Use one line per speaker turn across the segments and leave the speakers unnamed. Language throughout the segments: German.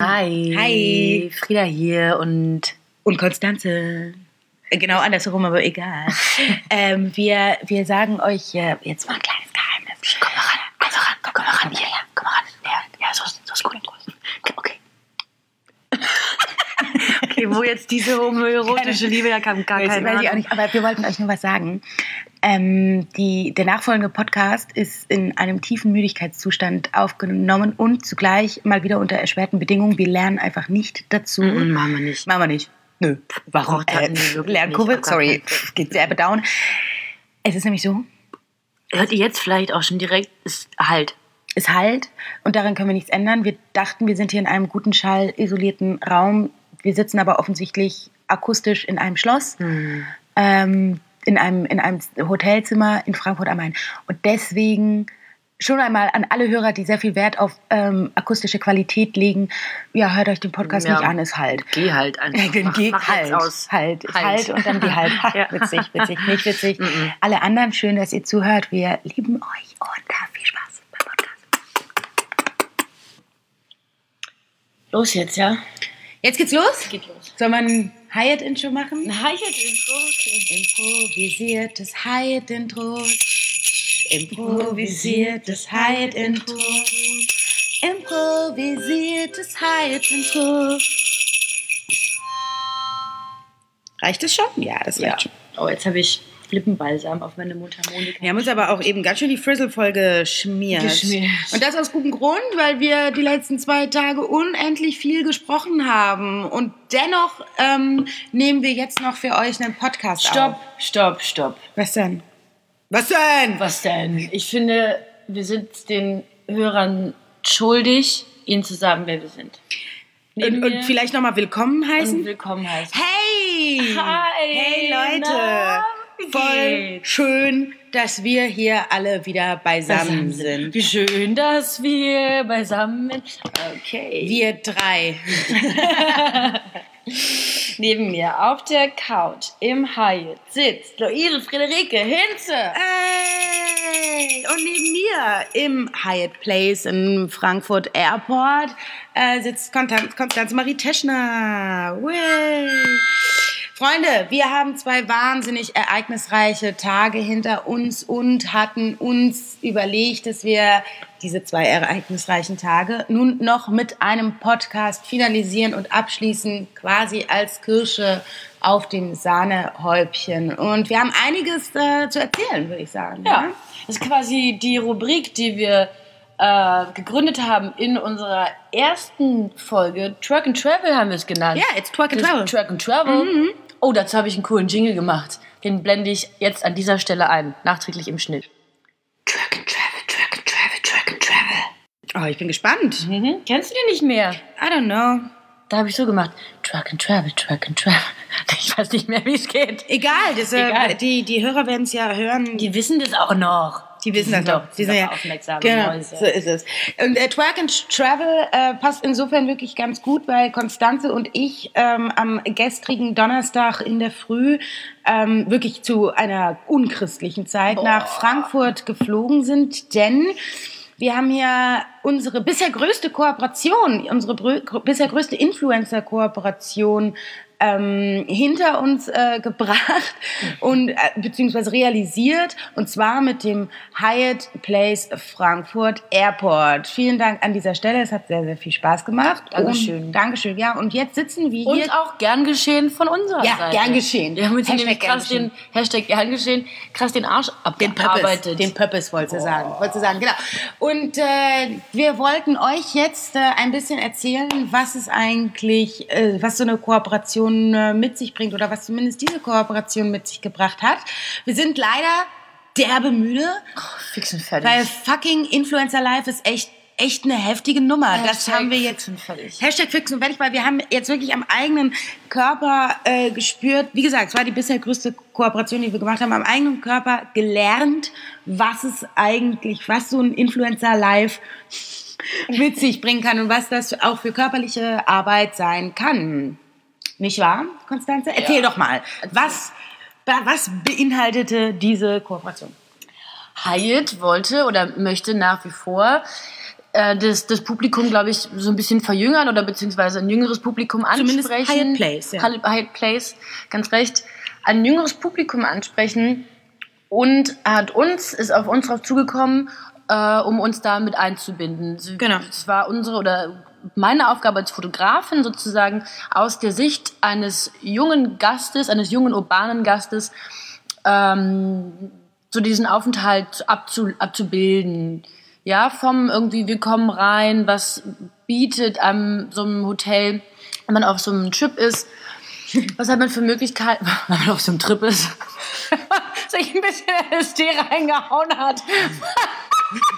Hi.
Hi.
Frieda hier und
Und Konstanze. Genau andersherum, aber egal. ähm, wir, wir sagen euch äh, jetzt mal ein kleines Geheimnis.
komm mal ran, komm mal ran, komm, komm mal ran, ja, ja, komm mal ran. Ja, ja, so ist, so ist gut. Okay. Okay, okay wo jetzt diese homoerotische Liebe, da kam gar
Das
keine
weiß ich auch
Ahnung.
nicht, aber wir wollten euch nur was sagen. Ähm, die, der nachfolgende Podcast ist in einem tiefen Müdigkeitszustand aufgenommen und zugleich mal wieder unter erschwerten Bedingungen. Wir lernen einfach nicht dazu.
Mhm, machen wir nicht.
Machen wir nicht. Nö. Warum?
Braucht hatten wir Äh, wirklich
Lernkurve,
nicht, Oh halt, auf gar
Äh, sorry,
keinen Fall.
geht sehr down. Es ist nämlich so,
Hört ihr jetzt vielleicht auch schon direkt, ist halt.
ist halt und daran können wir nichts ändern. Wir dachten, wir sind hier in einem guten Schall isolierten Raum. Wir sitzen aber offensichtlich akustisch in einem Schloss,
Hm.
ähm, in, einem, in einem Hotelzimmer in Frankfurt am Main. Und deswegen schon einmal an alle Hörer, die sehr viel Wert auf ähm, akustische Qualität legen, ja, hört euch den Podcast
Ja.
nicht an, ist halt.
Geh halt einfach.
Dann
Mach-
geh
mach jetzt
halt,
aus.
halt, halt, und dann geh halt. Ha,
Ja.
Witzig, witzig, nicht witzig. Alle anderen, schön, dass ihr zuhört. Wir lieben euch und äh, viel Spaß beim Podcast.
Los jetzt, ja?
Jetzt geht's los?
Geht los.
Soll man ein Hyatt-Intro machen?
Ein Hyatt-Intro? Okay.
Improvisiertes Hyatt-Intro. Improvisiertes Hyatt-Intro. Improvisiertes Hyatt-Intro. Reicht es schon? Ja, das reicht
Ja.
schon.
Oh, jetzt habe ich Lippenbalsam auf meine Mundharmonika.
Wir haben uns aber auch eben ganz schön die Frizzle-Voll geschmiert.
Geschmiert.
Und das aus gutem Grund, weil wir die letzten zwei Tage unendlich viel gesprochen haben. Und dennoch ähm, nehmen wir jetzt noch für euch einen Podcast auf.
Stopp, stopp, stopp.
Was denn? Was denn?
Was denn? Ich finde, wir sind den Hörern schuldig, ihnen zu sagen, wer wir sind.
Und,
Neben mir
und vielleicht nochmal willkommen
und
heißen?
willkommen heißen.
Hey!
Hi!
Hey Leute!
Na, wie
Voll
geht's?
schön, dass wir hier alle wieder beisammen sind.
Wie schön, dass wir beisammen sind. Okay.
Wir drei.
Neben mir auf der Couch im Hyatt sitzt Luise Friederike Hinze.
Hey! Und neben mir im Hyatt Place in Frankfurt Airport äh, sitzt Konstanz, Konstanze Marie Teschner. Way. Freunde, wir haben zwei wahnsinnig ereignisreiche Tage hinter uns und hatten uns überlegt, dass wir diese zwei ereignisreichen Tage nun noch mit einem Podcast finalisieren und abschließen, quasi als Kirsche auf dem Sahnehäubchen. Und wir haben einiges äh, zu erzählen, würde ich sagen. ne?
Ja, das ist quasi die Rubrik, die wir äh, gegründet haben in unserer ersten Folge. Truck and Travel haben wir es genannt.
Ja, it's Truck and
Das
Travel.
Truck and Travel. Oh, dazu habe ich einen coolen Jingle gemacht. Den blende ich jetzt an dieser Stelle ein, nachträglich im Schnitt.
Oh, ich bin gespannt.
Mhm. Kennst du den nicht mehr?
I don't know.
Da habe ich so gemacht. Truck and Travel, Truck and Travel. Ich weiß nicht mehr, wie es geht.
Egal, das, äh,
Egal.
Die, die Hörer werden es ja hören. Die,
Die wissen das auch noch.
wissen das
sind
doch.
Doch, die sind doch aufmerksame
genau,
Mäuse.
So ist es. Und äh, Twerk and Travel äh, passt insofern wirklich ganz gut, weil Konstanze und ich ähm, am gestrigen Donnerstag in der Früh ähm, wirklich zu einer unchristlichen Zeit nach Frankfurt geflogen sind, denn wir haben ja unsere bisher größte Kooperation, unsere brö- gr- bisher größte Influencer-Kooperation ähm, hinter uns äh, gebracht und äh, beziehungsweise realisiert und zwar mit dem Hyatt Place Frankfurt Airport. Vielen Dank an dieser Stelle, es hat sehr, sehr viel Spaß gemacht.
Dankeschön.
Und, Dankeschön, ja. Und jetzt sitzen wir hier.
Und auch gern geschehen von unserer
Ja,
Seite.
gern geschehen.
Wir haben uns hier
Hashtag
nämlich krass
gern
den, Hashtag gern geschehen, krass den Arsch abgearbeitet.
Den Purpose wollte ich sagen. Wollte sagen, genau. Und äh, wir wollten euch jetzt äh, ein bisschen erzählen, was es eigentlich, äh, was so eine Kooperation äh, mit sich bringt oder was zumindest diese Kooperation mit sich gebracht hat. Wir sind leider derbe müde,
Fix und fertig.
weil fucking Influencer Life ist echt, echt eine heftige Nummer. das
Hashtag
haben wir jetzt
fix und fertig.
Hashtag fix und fertig, weil wir haben jetzt wirklich am eigenen Körper äh, gespürt, wie gesagt, es war die bisher größte Kooperation, die wir gemacht haben, am eigenen Körper gelernt, was es eigentlich, was so ein Influencer live mit sich bringen kann und was das auch für körperliche Arbeit sein kann. Nicht wahr, Konstanze? Erzähl doch mal, was, ba- was beinhaltete diese Kooperation?
Hyatt wollte oder möchte nach wie vor äh, das, das Publikum, glaube ich, so ein bisschen verjüngern oder beziehungsweise ein jüngeres Publikum ansprechen.
Zumindest Hyatt Place, ja.
Hyatt- Hyatt Place, ganz recht. Ein jüngeres Publikum ansprechen und er hat uns, ist auf uns drauf zugekommen, äh, um uns da mit einzubinden. Sie-
Genau.
Es war unsere oder meine Aufgabe als Fotografin sozusagen aus der Sicht eines jungen Gastes, eines jungen urbanen Gastes, ähm, so diesen Aufenthalt abzu, abzubilden. Ja, vom irgendwie, wir kommen rein, was bietet einem so einem Hotel, wenn man auf so einem Trip ist, was hat man für Möglichkeiten, wenn man auf so einem Trip ist, sich ein bisschen LSD reingehauen hat.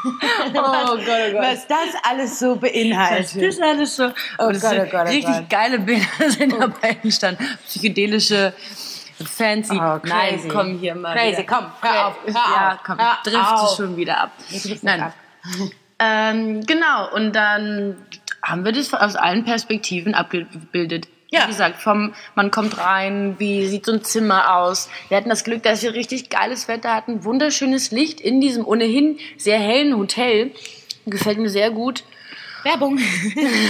oh Gott, oh Gott.
Was das alles so beinhaltet.
Das ist alles so. Oh
Gott, oh Gott, oh
richtig
Gott.
geile Bilder sind dabei entstanden. Psychedelische, fancy.
Oh, crazy.
Nein, komm hier mal.
Crazy,
wieder.
komm, hör auf, hör
ja,
auf,
komm,
hör auf.
driftest schon wieder ab. Nein. Ähm, genau, und dann haben wir das aus allen Perspektiven abgebildet.
Ja.
Wie gesagt, vom man kommt rein, wie sieht so ein Zimmer aus. Wir hatten das Glück, dass wir richtig geiles Wetter hatten, wunderschönes Licht in diesem ohnehin sehr hellen Hotel. Gefällt mir sehr gut.
Werbung.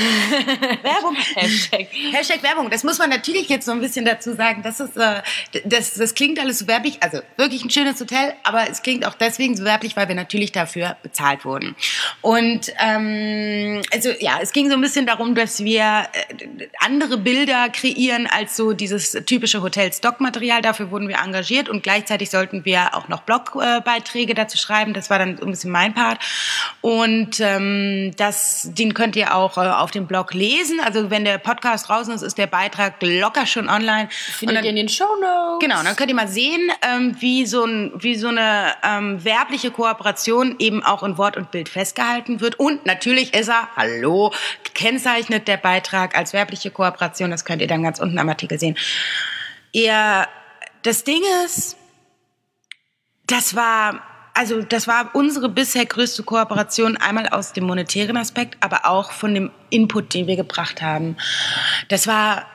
Werbung.
Hashtag.
Hashtag Werbung. Das muss man natürlich jetzt so ein bisschen dazu sagen. Das ist, äh, das, das klingt alles so werblich. Also wirklich ein schönes Hotel, aber es klingt auch deswegen so werblich, weil wir natürlich dafür bezahlt wurden. Und ähm, also ja, es ging so ein bisschen darum, dass wir äh, andere Bilder kreieren als so dieses typische Hotel-Stock-Material. Dafür wurden wir engagiert und gleichzeitig sollten wir auch noch Blogbeiträge dazu schreiben. Das war dann so ein bisschen mein Part. Und ähm, das, den könnt ihr auch äh, auf dem Blog lesen. Also wenn der Podcast draußen ist, ist der Beitrag locker schon online. Und
Findet
dann-
ihr in den Shownotes.
Genau, dann könnt ihr mal sehen, ähm, wie, so ein, wie so eine ähm, werbliche Kooperation eben auch in Wort und Bild festgehalten wird. Und natürlich ist er, hallo, kennzeichnet der Beitrag als werbliche Kooperation. Das könnt ihr dann ganz unten am Artikel sehen. Ihr, das Ding ist, das war, also das war unsere bisher größte Kooperation, einmal aus dem monetären Aspekt, aber auch von dem Input, den wir gebracht haben. Das war,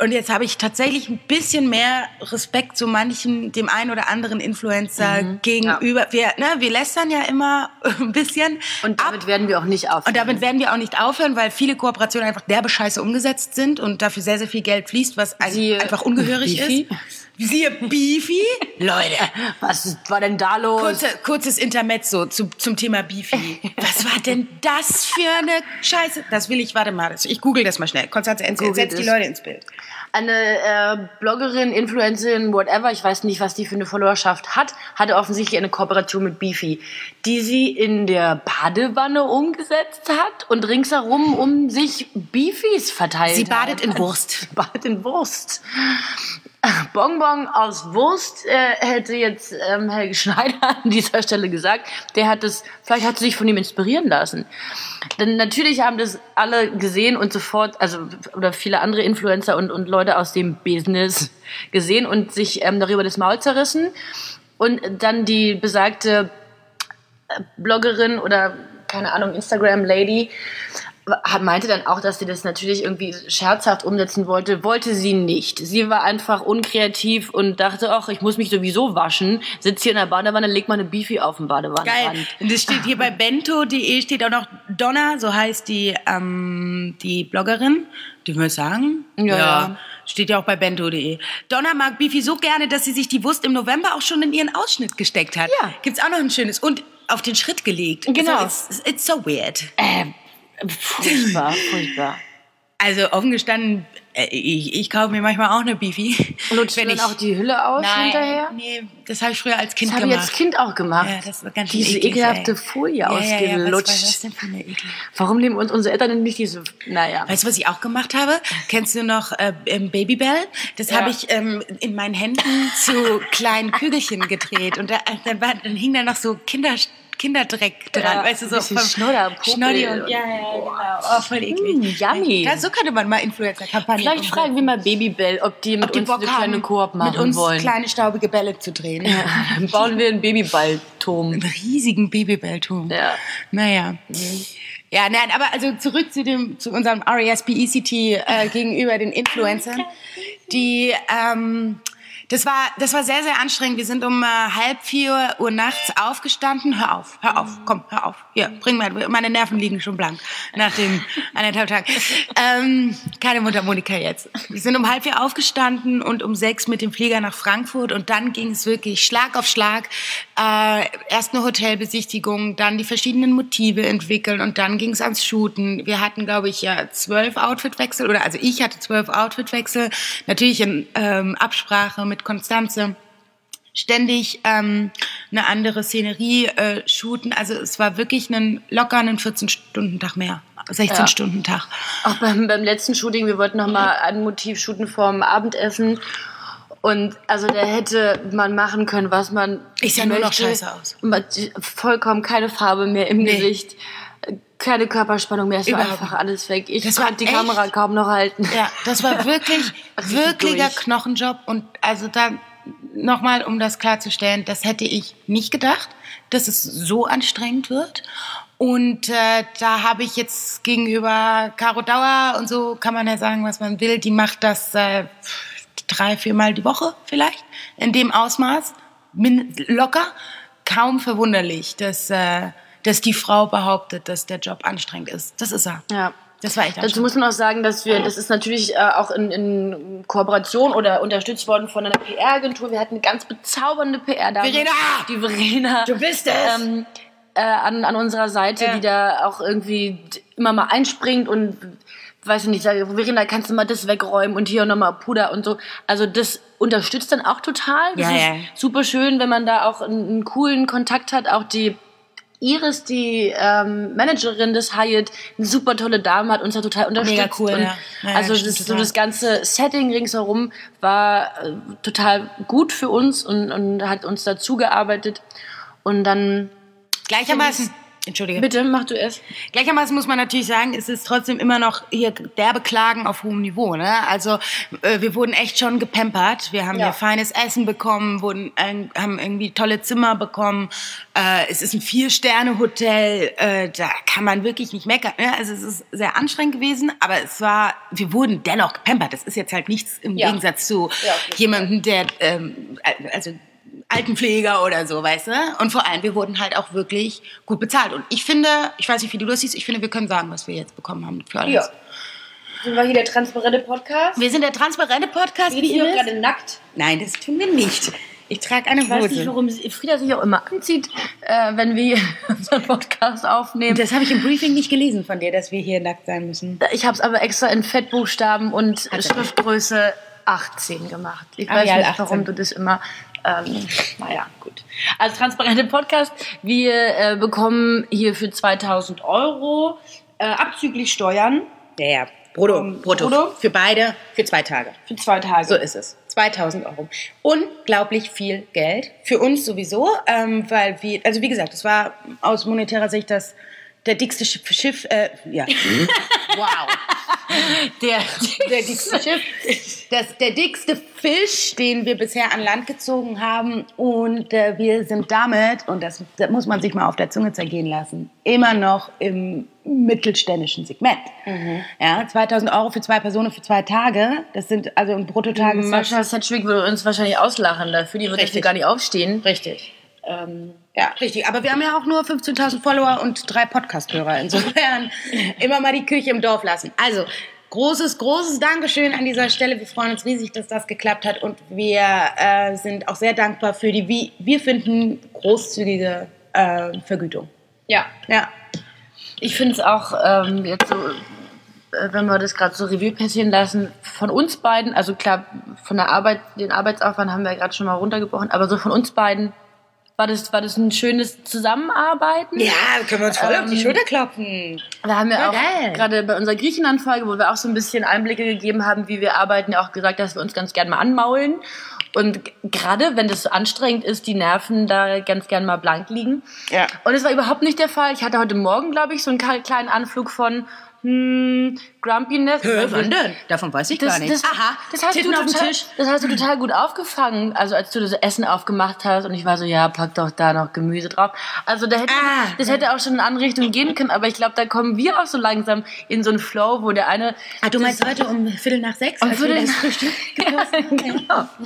und jetzt habe ich tatsächlich ein bisschen mehr Respekt zu manchen, dem einen oder anderen Influencer
Mhm.
gegenüber. Wir, ne, wir lästern ja immer ein bisschen.
Und damit werden wir auch nicht auf.
Und damit werden wir auch nicht aufhören, weil viele Kooperationen einfach derbe Scheiße umgesetzt sind und dafür sehr, sehr viel Geld fließt, was ein,
Siehe
einfach ungehörig
Beefy.
ist. Siehe Beefy. Leute,
Was ist- war denn da los?
kurze, kurzes Intermezzo zu, zum Thema Beefy. Was war denn das für eine Scheiße? Das will ich, warte mal, das- ich google das mal schnell. Konstanze, Enzel,
Googelt
setz die
es.
Leute ins Bild.
Eine äh, Bloggerin, Influencerin, whatever, ich weiß nicht, was die für eine Followerschaft hat, hatte offensichtlich eine Kooperation mit Beefy, die sie in der Badewanne umgesetzt hat und ringsherum um sich Beefies verteilt
Sie badet
hat.
in Wurst.
Badet in Wurst. Bonbon aus Wurst äh, hätte jetzt ähm, Helge Schneider an dieser Stelle gesagt. Der hat es, vielleicht hat sie sich von ihm inspirieren lassen. Denn natürlich haben das alle gesehen und sofort, also oder viele andere Influencer und, und Leute aus dem Business gesehen und sich ähm, darüber das Maul zerrissen. Und dann die besagte Bloggerin oder keine Ahnung, Instagram-Lady hat- meinte dann auch, dass sie das natürlich irgendwie scherzhaft umsetzen wollte. Wollte sie nicht. Sie war einfach unkreativ und dachte, ach, ich muss mich sowieso waschen. Sitz hier in der Badewanne, leg mal eine Beefy auf den Badewanne
Geil. Und das steht hier bei bento.de steht auch noch Donna, so heißt die, ähm, die Bloggerin. Die wir sagen?
Ja, ja.
Steht ja auch bei bento.de. Donna mag Beefy so gerne, dass sie sich die Wurst im November auch schon in ihren Ausschnitt gesteckt hat.
Ja.
Gibt's auch noch ein schönes. Und auf den Schritt gelegt.
Genau.
Also, It's, it's so weird.
Äh, Furchtbar, furchtbar.
Also offen gestanden, äh, ich, ich kaufe mir manchmal auch eine Beefy.
Lutscht
Wenn
dann
ich-
auch die Hülle aus
Nein,
hinterher?
Nee, das habe ich früher als Kind
Das habe ich
gemacht.
als Kind auch gemacht.
Ja, das war ganz schön
Diese
eklig,
ekelhafte
ey.
Folie
ja, ja, ja, was war das
ausgelutscht.
denn für eine eklige
Warum nehmen uns unsere Eltern nicht diese, naja.
Weißt du, was ich auch gemacht habe? Kennst du noch äh, ähm, Babybell? Das habe ich ähm, in meinen Händen zu kleinen Kügelchen gedreht und da, äh, dann, war, dann hing da noch so Kinder, Kinderdreck dran,
Ja,
weißt du, so
bisschen Schnodder, Popel
Schnoddy und,
und-
ja, ja, genau. Oh, voll eklig.
Mm, yummy.
Ja, so könnte man mal Influencer-Kampagnen
Vielleicht
umsetzen.
fragen wir mal Babybell, ob die mit
ob die
uns
Bock
eine
haben,
kleine Koop machen
mit uns
wollen.
kleine staubige Bälle zu drehen.
Dann bauen wir einen Babyballturm.
einen riesigen Babybellturm.
Ja.
Naja. Ja, nein, aber also zurück zu dem, zu unserem E RESPECT äh, gegenüber den Influencern, die, ähm, Das war, das war sehr, sehr anstrengend. Wir sind um äh, halb vier Uhr nachts aufgestanden. Hör auf, hör auf, komm, hör auf. Hier, bring mal, meine Nerven liegen schon blank nach dem anderthalb Tag. Ähm, keine Mundharmonika jetzt. Wir sind um halb vier aufgestanden und um sechs mit dem Flieger nach Frankfurt und dann ging es wirklich Schlag auf Schlag. Äh, erst eine Hotelbesichtigung, dann die verschiedenen Motive entwickeln und dann ging es ans Shooten. Wir hatten, glaube ich, ja zwölf Outfitwechsel oder also ich hatte zwölf Outfitwechsel. Natürlich in ähm, Absprache mit Konstanze ständig ähm, eine andere Szenerie äh, shooten. Also es war wirklich einen lockeren 14-Stunden-Tag mehr, 16-Stunden-Tag.
Auch beim, beim letzten Shooting, wir wollten nochmal ein Motiv shooten vorm Abendessen. Und also da hätte man machen können, was man.
Ich sah nur noch
möchte.
scheiße aus.
Man- Vollkommen keine Farbe mehr im
Nee.
Gesicht, keine Körperspannung mehr, es war
Überhaupt
einfach alles weg. Ich
Das war
konnte die
echt-
Kamera kaum noch halten.
Ja, das war wirklich,
Also richtig
wirklicher
durch.
Knochenjob. Und also da nochmal, um das klarzustellen, das hätte ich nicht gedacht, dass es so anstrengend wird. Und äh, da habe ich jetzt gegenüber Caro Dauer und so kann man ja sagen, was man will, die macht das äh, drei, viermal die Woche vielleicht in dem Ausmaß, min locker, kaum verwunderlich, dass, äh, dass die Frau behauptet, dass der Job anstrengend ist. Das ist er.
Ja.
Das war echt
Dazu muss man auch sagen, dass wir, das ist natürlich äh, auch in, in Kooperation oder unterstützt worden von einer PR-Agentur. Wir hatten eine ganz bezaubernde PR-Dame.
Verena!
Die Verena.
Du bist es!
Ähm, äh, an, an unserer Seite,
Ja.
die da auch irgendwie d- immer mal einspringt und weiß ich nicht, sage, Verena, kannst du mal das wegräumen und hier nochmal Puder und so. Also das unterstützt dann auch total. Das
Ja,
ist
ja.
super schön, wenn man da auch einen, einen coolen Kontakt hat. Auch die Iris, die ähm, Managerin des Hyatt, eine super tolle Dame, hat uns da total unterstützt.
Mega cool,
und
ja. Ja, ja,
also das,
stimmt
so
total.
das ganze Setting ringsherum war äh, total gut für uns und, und hat uns dazu gearbeitet. Und dann,
Gleichermaßen, entschuldige.
bitte, mach du es.
Gleichermaßen muss man natürlich sagen, es ist trotzdem immer noch hier derbe Klagen auf hohem Niveau. Ne? Also äh, wir wurden echt schon gepampert. Wir haben
Ja.
hier feines Essen bekommen, wurden, ein- haben irgendwie tolle Zimmer bekommen. Äh, es ist ein Vier-Sterne-Hotel, äh, da kann man wirklich nicht meckern. Ne? Also es ist sehr anstrengend gewesen, aber es war, wir wurden dennoch gepampert. Das ist jetzt halt nichts im
Ja.
Gegensatz zu
Ja, auf jeden
jemandem, der, ähm, also Altenpfleger oder so, weißt du? Und vor allem, wir wurden halt auch wirklich gut bezahlt. Und ich finde, ich weiß nicht, wie du das siehst, ich finde, wir können sagen, was wir jetzt bekommen haben für alles.
Sind wir hier der transparente Podcast?
Wir sind der transparente Podcast.
Bin ich hier
Ines?
gerade nackt?
Nein, das tun wir nicht. Ich trage eine
Ich weiß nicht,
Hose.
warum sie- Frieda sich auch immer anzieht, äh, wenn wir unseren Podcast aufnehmen.
Das habe ich im Briefing nicht gelesen von dir, dass wir hier nackt sein müssen.
Ich habe es aber extra in Fettbuchstaben und
Hat er.
Schriftgröße 18 gemacht. Ich weiß
Arial
nicht,
18.
warum du das immer. Ähm, Ah, naja, gut. Als transparente Podcast, wir äh, bekommen hier für 2000 Euro äh, abzüglich Steuern
Ja, ja. Brutto,
Ähm,
brutto.
brutto?
Für beide, für zwei Tage.
für zwei Tage.
So ist es. 2000 Euro. Unglaublich viel Geld. Für uns sowieso, ähm, weil wir, also wie gesagt, es war aus monetärer Sicht das der dickste Schiff, Schiff äh, ja. wow.
der,
Der dickste Schiff, das, der dickste Fisch, den wir bisher an Land gezogen haben. Und äh, wir sind damit, und das, das muss man sich mal auf der Zunge zergehen lassen, immer noch im mittelständischen Segment. Ja, 2000 Euro für zwei Personen für zwei Tage, das sind also ein Bruttotages.
Mascha Sedgwick würde uns wahrscheinlich auslachen dafür. Die würde dafür
Richtig.
gar nicht aufstehen.
Richtig.
Ähm,
Ja, richtig. Aber wir haben ja auch nur 15.000 Follower und drei Podcast-Hörer. Insofern immer mal die Küche im Dorf lassen. Also, großes, großes Dankeschön an dieser Stelle. Wir freuen uns riesig, dass das geklappt hat. Und wir äh, sind auch sehr dankbar für die, wie wir finden, großzügige äh, Vergütung.
ja,
Ja.
Ich finde es auch ähm, jetzt so, äh, wenn wir das gerade so Revue passieren lassen, von uns beiden, also klar, von der Arbeit, den Arbeitsaufwand haben wir ja gerade schon mal runtergebrochen, aber so von uns beiden war das, war das ein schönes Zusammenarbeiten.
können wir uns voll auf die Schulter klopfen.
Wir haben ja
Voll
auch
geil.
gerade bei unserer Griechenland-Folge, wo wir auch so ein bisschen Einblicke gegeben haben, wie wir arbeiten, ja auch gesagt, dass wir uns ganz gern mal anmaulen. Und g- gerade wenn das so anstrengend ist, die Nerven da ganz gern mal blank liegen.
Ja.
Und es war überhaupt nicht der Fall. Ich hatte heute Morgen, glaube ich, so einen kal- kleinen Anflug von, hm, Grumpiness.
Wann denn? Davon weiß ich gar
Das, das,
nichts.
das hast
Titten
du
auf den
total,
Tisch.
Das hast du total gut aufgefangen, also als du das Essen aufgemacht hast und ich war so, ja, pack doch da noch Gemüse drauf. Also da hätte,
Ah.
das hätte auch schon in eine andere Richtung gehen können, aber ich glaube, da kommen wir auch so langsam in so einen Flow, wo der eine
Ah, du meinst heute um Viertel nach sechs? als wir
Viertel
das
nach-
Frühstück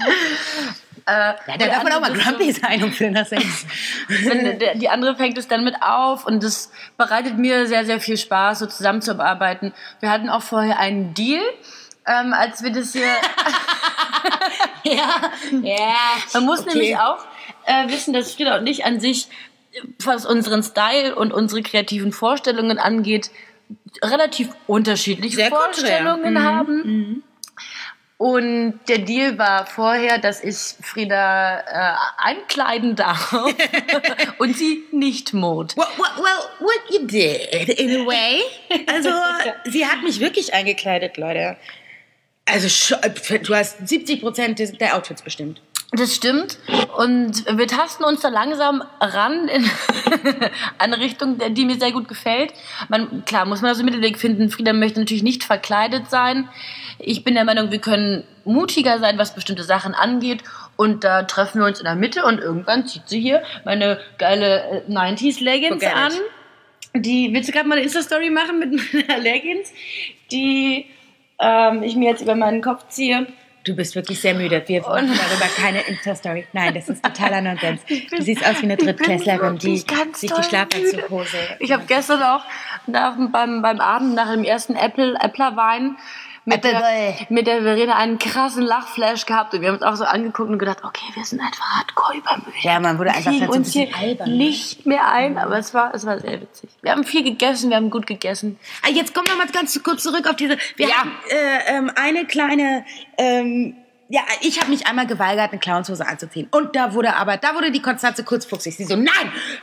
äh,
Ja, da
der
darf man
andere
auch mal
das so-
grumpy sein um Viertel nach sechs.
wenn der, die andere fängt es dann mit auf und das bereitet mir sehr, sehr viel Spaß, so zusammenzuarbeiten. Wir hatten auch vorher einen Deal, ähm, als wir das hier...
ja, ja.
Man muss
Okay.
nämlich auch äh, wissen, dass Frieda und ich an sich, äh, was unseren Style und unsere kreativen Vorstellungen angeht, relativ unterschiedliche
Sehr Mhm. konträr.
Vorstellungen haben. Und der Deal war vorher, dass ich Frieda äh, einkleiden darf und sie nicht mod.
Well, well, well, what you did, in a way.
Also, sie hat mich wirklich eingekleidet, Leute. Also, sch- du hast 70 Prozent des- der Outfits bestimmt.
Das stimmt. Und wir tasten uns da langsam ran in eine Richtung, der- die mir sehr gut gefällt. Man, klar, muss man also einen Mittelweg finden. Frieda möchte natürlich nicht verkleidet sein. Ich bin der Meinung, wir können mutiger sein, was bestimmte Sachen angeht. Und da treffen wir uns in der Mitte und irgendwann zieht sie hier meine geile äh, 90s-Leggings
Forget
an.
it.
Die, willst du gerade mal eine Insta-Story machen mit meiner Leggings, die ähm, ich mir jetzt über meinen Kopf ziehe?
Du bist wirklich sehr müde. Wir
Oh
machen darüber keine Insta-Story. Nein, das ist totaler Nonsens. Du siehst aus wie eine Drittklässlerin, die
wirklich ganz
sich
doll
die Schlafanzughose.
Ich habe gestern auch nach, beim, beim Abend nach dem ersten Apple, Applerwein mit der,
Appleboy.
mit der Verena einen krassen Lachflash gehabt und wir haben uns auch so angeguckt und gedacht, okay, wir sind einfach hardcore übermüdet.
Ja, man wurde einfach
kriegen
vielleicht so ein
uns hier
bisschen albern, ne?
nicht mehr ein, aber es war, es war sehr witzig. Wir haben viel gegessen, wir haben gut gegessen.
Ah, jetzt kommen wir mal ganz kurz zurück auf diese. Wir
Ja.
hatten äh, ähm, eine kleine. Ähm, ja, ich habe mich einmal geweigert, eine Clownshose anzuziehen. Und da wurde aber, da wurde die Konstanze kurzfuchsig. Sie so, nein,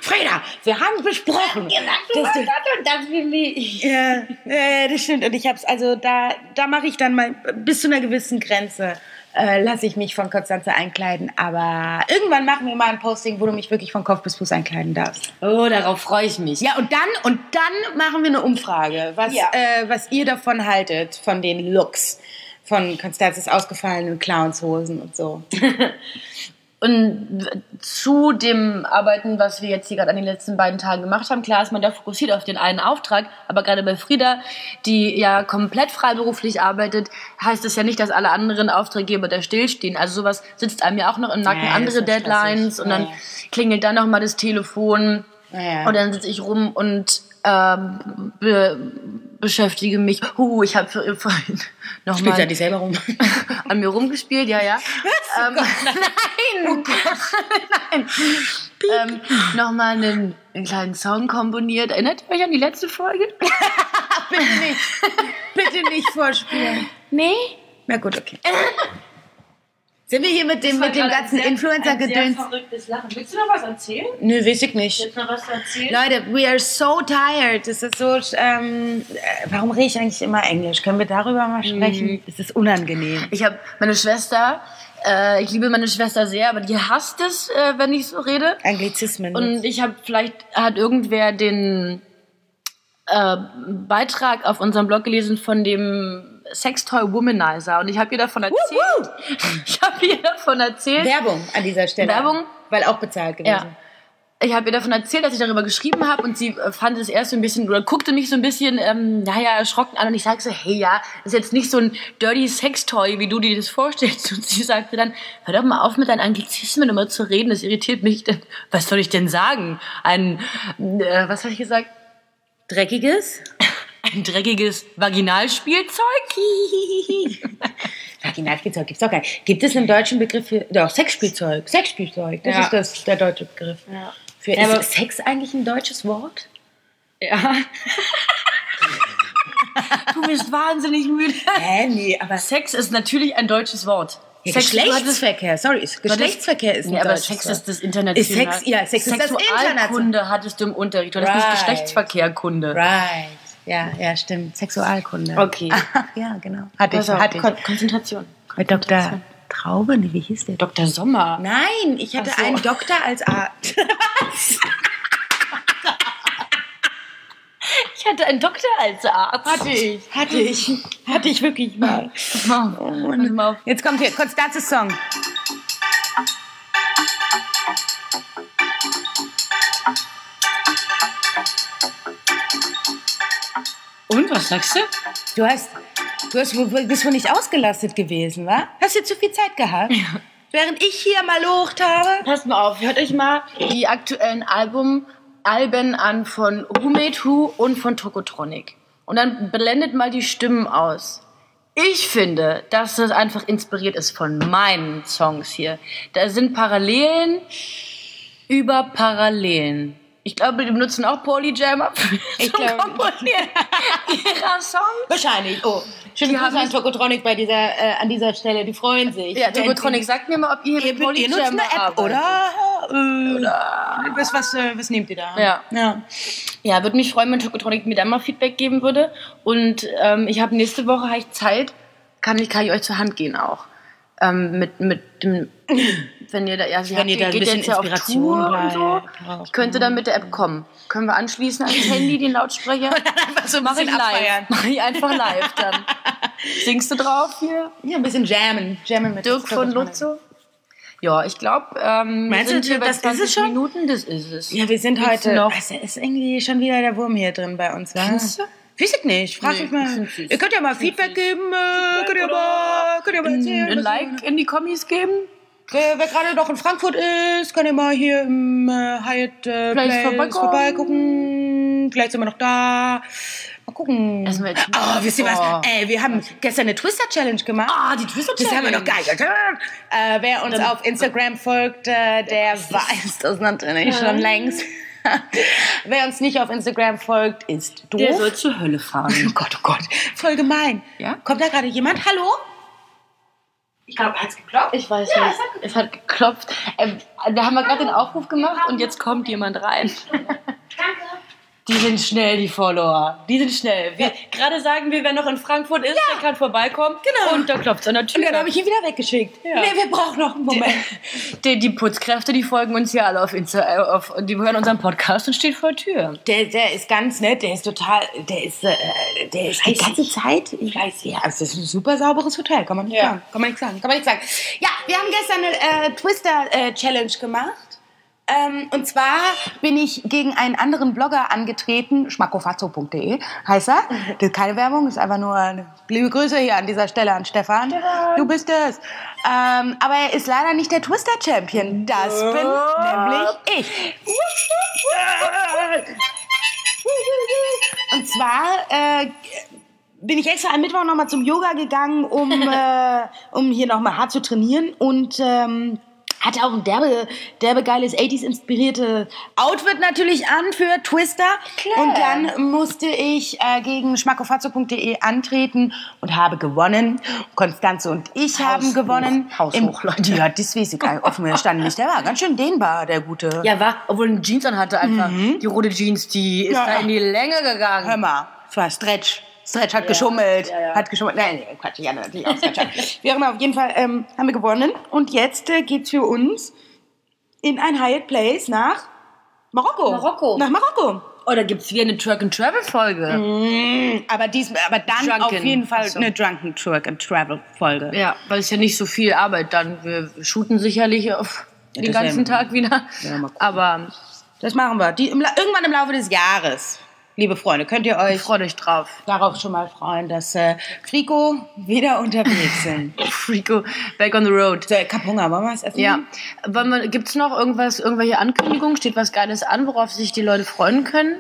Freda, wir haben besprochen.
genau.
dass du-
das für mich.
Ja, äh, das stimmt. Und ich hab's, also da, da mache ich dann mal bis zu einer gewissen Grenze. Äh, lasse ich mich von Konstanze einkleiden, aber irgendwann machen wir mal ein Posting, wo du mich wirklich von Kopf bis Fuß einkleiden darfst.
Oh, darauf freue ich mich.
Ja, und dann und dann machen wir eine Umfrage, was
Ja.
äh, was ihr davon haltet von den Looks von Konstanzes ausgefallenen Clownshosen und so.
Und zu dem Arbeiten, was wir jetzt hier gerade an den letzten beiden Tagen gemacht haben, klar ist man da fokussiert auf den einen Auftrag, aber gerade bei Frieda, die ja komplett freiberuflich arbeitet, heißt es ja nicht, dass alle anderen Auftraggeber da stillstehen. Also sowas sitzt einem ja auch noch im Nacken,
Nee, das
andere
ist stressig.
Deadlines und dann
Nee.
klingelt dann noch mal das Telefon
Naja.
und dann sitze ich rum und ähm, be beschäftige mich. Huh, ich habe für- vorhin noch mal
selber rum.
an mir rumgespielt, ja, ja. ähm, nein! Oh nein! Ähm, Nochmal einen, einen kleinen Song komponiert. Erinnert ihr euch an die letzte Folge?
Bitte nicht vorspielen.
Nee.
Na gut, okay. Sind wir hier mit dem mit dem ganzen Influencer-Gedöns?
verrücktes Lachen. Willst du noch was erzählen?
Nö, weiß ich nicht.
Willst du noch was erzählen?
Leute, we are so tired. Das ist so. Ähm, äh, warum rede ich eigentlich immer Englisch? Können wir darüber mal
Mhm.
sprechen? Es ist unangenehm.
Ich habe meine Schwester, äh, ich liebe meine Schwester sehr, aber die hasst es, äh, wenn ich so rede.
Anglizismen.
Und ich habe vielleicht hat irgendwer den äh, Beitrag auf unserem Blog gelesen von dem Sextoy Womanizer und ich habe ihr davon erzählt.
Wuhu!
Ich habe ihr davon erzählt.
Werbung an dieser Stelle.
Werbung?
Weil auch bezahlt gewesen.
Ja. Ich habe ihr davon erzählt, dass ich darüber geschrieben habe und sie äh, fand es erst so ein bisschen oder guckte mich so ein bisschen, ähm, naja, erschrocken an und ich sage so, hey, ja, ist jetzt nicht so ein dirty Sextoy, wie du dir das vorstellst. Und sie sagte dann, hör doch mal auf mit deinen Anglizismen immer zu reden, das irritiert mich. Denn, was soll ich denn sagen? Ein, äh, was habe ich gesagt?
Dreckiges?
Ein dreckiges Vaginalspielzeug?
Vaginalspielzeug gibt's doch gar nicht. Gibt es einen deutschen Begriff für. Doch, Sexspielzeug. Sexspielzeug. Das
Ja.
ist das, der deutsche Begriff. Für,
Ja, aber-
ist Sex eigentlich ein deutsches Wort?
ja. du bist wahnsinnig müde.
Hä, nee, aber.
Sex ist natürlich ein deutsches Wort.
Ja,
Sex- du hattest-
Geschlechtsverkehr, sorry. ist-
Du hattest-
Geschlechtsverkehr ist ein
Nee, aber
deutsches
Sex
Wort.
ist das internationale.
Ist Sex- ja, Sex ist das
Sexualkunde hattest du im Unterricht. Du hattest
Right.
nicht Geschlechtsverkehrkunde.
Right. Ja, ja, stimmt. Sexualkunde.
Okay.
ja, genau. Hatte ich.
Also,
Hatte ich.
Kon Konzentration.
Mit Dr. Traube? Nee, wie hieß der?
Dr. Sommer.
Nein, ich hatte
Ach so.
einen Doktor als Arzt.
Ich Ich hatte einen Doktor als Arzt. Hatte ich.
Hatte ich. Oh Hatte ich wirklich mal.
Warte mal auf.
Jetzt kommt hier Konstanzes Song.
Und was sagst du?
Du hast, du hast, du bist wohl nicht ausgelastet gewesen, wa? Hast du zu viel Zeit gehabt? Während ich hier mal locht habe.
Passt mal auf, hört euch mal die aktuellen Album, Alben an von Who Made Who und von Tokotronic. Und dann blendet mal die Stimmen aus. Ich finde, dass das einfach inspiriert ist von meinen Songs hier. Da sind Parallelen über Parallelen. Ich glaube, die benutzen auch Polyjammer zum
glaube nicht.
Komponieren ihrer Songs.
Wahrscheinlich. Oh, schöne
Die
Grüße
haben-
an Tokotronic bei dieser, äh, an dieser Stelle. Die freuen sich.
Ja, Tokotronic, sagt mir mal, ob ihr
Ihr,
mit
ihr nutzt eine
Polyjammer
App,
arbeitet.
oder? Äh, Was, was, äh, was nehmt ihr da?
Ja.
ja.
Ja, würde mich freuen, wenn Tokotronic mir da mal Feedback geben würde. Und ähm, ich habe nächste Woche hab ich Zeit, kann ich, kann ich euch zur Hand gehen auch. Ähm, mit, mit dem, wenn ihr da, ja, sie
Wenn ihr da ein
geht
bisschen
jetzt ja auf
Inspiration
Tour und
bleibt,
so.
braucht,
Ich könnte dann mit der App kommen. Können wir anschließen ans Handy, den Lautsprecher?
So ein
Mach ich
bisschen abfeiern.
live. Mach ich einfach live dann. Singst du drauf hier?
Ja, ein bisschen jammen. jammen mit
Dirk von
Tokotronic.
Lutzow? Ja, ich glaube, ähm, wir
Meinst du,
sind hier bei
das ist
20
es schon?
Minuten, das ist es.
Ja, wir sind
Willst
heute.
du noch?
Also ist irgendwie schon wieder der Wurm hier drin bei uns, wa?
Findest du?
Weiß ich nicht. Frag
Nee,
mich
ich
mal.
find's süß.
Ihr könnt ja mal Feedback geben. Äh, könnt, ihr mal, könnt ihr mal erzählen.
Ein
was-
Like in die Kommis geben?
Wer, wer gerade noch in Frankfurt ist, kann ja mal hier im äh, Hyatt äh, Place
Vielleicht
vorbeigucken.
vorbeikommen.
Vielleicht sind wir noch da. Mal gucken.
Lassen wir jetzt-
oh, wisst ihr was?
Oh.
Ey, wir haben gestern eine Twister-Challenge gemacht.
Ah, die Twister
Das haben wir noch geil getan. Äh, wer uns auf Instagram folgt, äh, der weiß das natürlich schon längst. wer uns nicht auf Instagram folgt, ist doof.
Der soll zur Hölle
oh
fahren.
Gott, oh Gott. Voll gemein.
Ja?
Kommt da gerade jemand? Hallo? Ich glaube, er hat's geklappt.
Ich weiß nicht. Es hat geklopft. Ähm, da haben wir gerade den Aufruf gemacht und jetzt kommt jemand rein.
Die sind schnell, die Follower. Die sind schnell. Wir gerade sagen wir, wer noch in Frankfurt ist, der kann vorbeikommen.
Genau.
Und da klopft an der Tür.
Und dann habe ich ihn wieder weggeschickt.
Ja.
Nee, wir brauchen noch einen Moment.
Die, die Putzkräfte, die folgen uns hier alle auf Insta, äh, auf, die hören unseren Podcast und stehen vor der Tür.
Der, der ist ganz nett, der ist total, der ist, äh, der ist die ganze Zeit, ich weiß ja, also das ist ein super sauberes Hotel, kann man nicht sagen, kann man nicht sagen, kann man nicht sagen. Ja, wir haben gestern eine äh, Twister äh, Challenge gemacht. Ähm, und zwar bin ich gegen einen anderen Blogger angetreten, schmackofazzo.de heißt er. Das ist keine Werbung, ist einfach nur eine liebe Grüße hier an dieser Stelle an Stefan. Du bist es. Ähm, aber er ist leider nicht der Twister Champion. Das bin nämlich ich. Und zwar äh, bin ich extra am Mittwoch nochmal zum Yoga gegangen, um, äh, um hier nochmal hart zu trainieren und ähm, hatte auch ein derbe, derbe geiles 80s-inspirierte Outfit natürlich an für Twister. Und dann musste ich äh, gegen schmackofazzo.de antreten und habe gewonnen. Konstanze und ich haben gewonnen.
Haushoch, Leute.
Ja, das weiß ich gar nicht. Offen gestanden nicht. Der war ganz schön dehnbar, der gute.
Ja, war, obwohl eine Jeans anhatte einfach. Die rote Jeans, die ist
Mhm. Ja.
da in die Länge gegangen.
Hör mal, es war Stretch. Stretch hat geschummelt. Hat geschummelt. Nein, nee, Quatsch, ich hatte natürlich auch Stretch. wir haben auf jeden Fall ähm, haben wir gewonnen. Und jetzt äh, geht's für uns in ein Hyatt Place nach Marokko.
Marokko.
Nach Marokko.
Oder gibt es Oh, wieder eine Truck and Travel Folge?
Mhm. Aber, dies, aber dann
Drunken.
auf jeden Fall
Ach so.
eine Drunken Truck and Travel Folge.
Ja, weil es ja nicht so viel Arbeit dann. Wir shooten sicherlich auf den
das wär-
ganzen Tag wieder.
Ja, mal gucken.
Aber
Das machen wir. Die, im, La- irgendwann im Laufe des Jahres, liebe Freunde, könnt ihr
ich
euch
freue mich drauf.
darauf schon mal freuen, dass äh, Frico wieder unterwegs sind.
Freako, back on the road.
so, Kapunga, wollen wir es essen?
Ja. Gibt es noch irgendwas, irgendwelche Ankündigungen? Steht was Geiles an, worauf sich die Leute freuen können?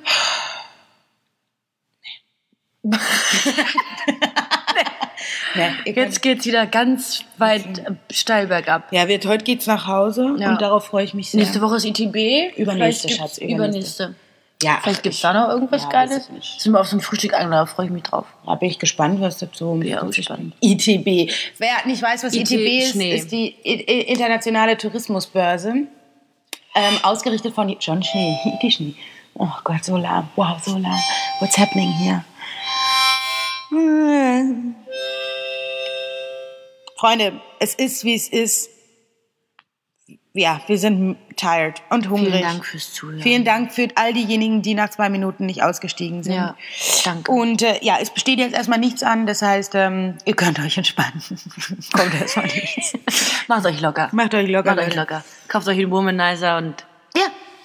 Ja, ihr könnt-
Jetzt geht's wieder ganz weit äh, steil bergab.
Ja, wird, heute geht's nach Hause
Ja.
und darauf freue ich mich sehr.
Nächste Woche ist ITB.
Übernächste,
Vielleicht gibt's-
Schatz, übernächste.
Übernächste.
Ja,
Vielleicht gibt es da noch irgendwas
Ja, weiß
Geiles.
ich nicht.
Sind wir auf so ein Frühstück eingeladen, da freue ich mich drauf.
da bin ich gespannt, was dazu
Ja,
kommt.
gespannt.
ITB. Wer nicht weiß, was
IT
ITB ist,
Schnee.
ist die I- I- internationale Tourismusbörse. Ähm, ausgerichtet von John Schnee. IT Schnee. Oh Gott, so lahm. Wow, so lahm. What's happening here? Hm. Freunde, es ist, wie es ist. ja, wir sind tired und hungrig.
Vielen Dank fürs Zuhören.
Vielen Dank für all diejenigen, die nach zwei Minuten nicht ausgestiegen sind.
Ja, danke.
Und äh, ja, es besteht jetzt erstmal nichts an, das heißt, ähm, ihr könnt euch entspannen. Kommt erstmal nichts.
Macht euch locker.
Macht euch locker.
Macht euch
Leute.
locker. Kauft euch einen Womanizer und
Ja,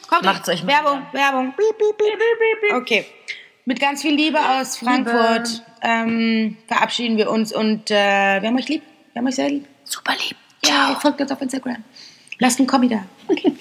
kommt.
Macht's euch mal
Werbung, Werbung. Piep, piep, piep, piep, piep. Okay. Mit ganz viel Liebe aus Frankfurt ähm, verabschieden wir uns und äh, wir haben euch lieb. Wir haben euch sehr lieb.
super lieb.
Ja, folgt uns auf Instagram. Lasst einen Kommi da. Okay.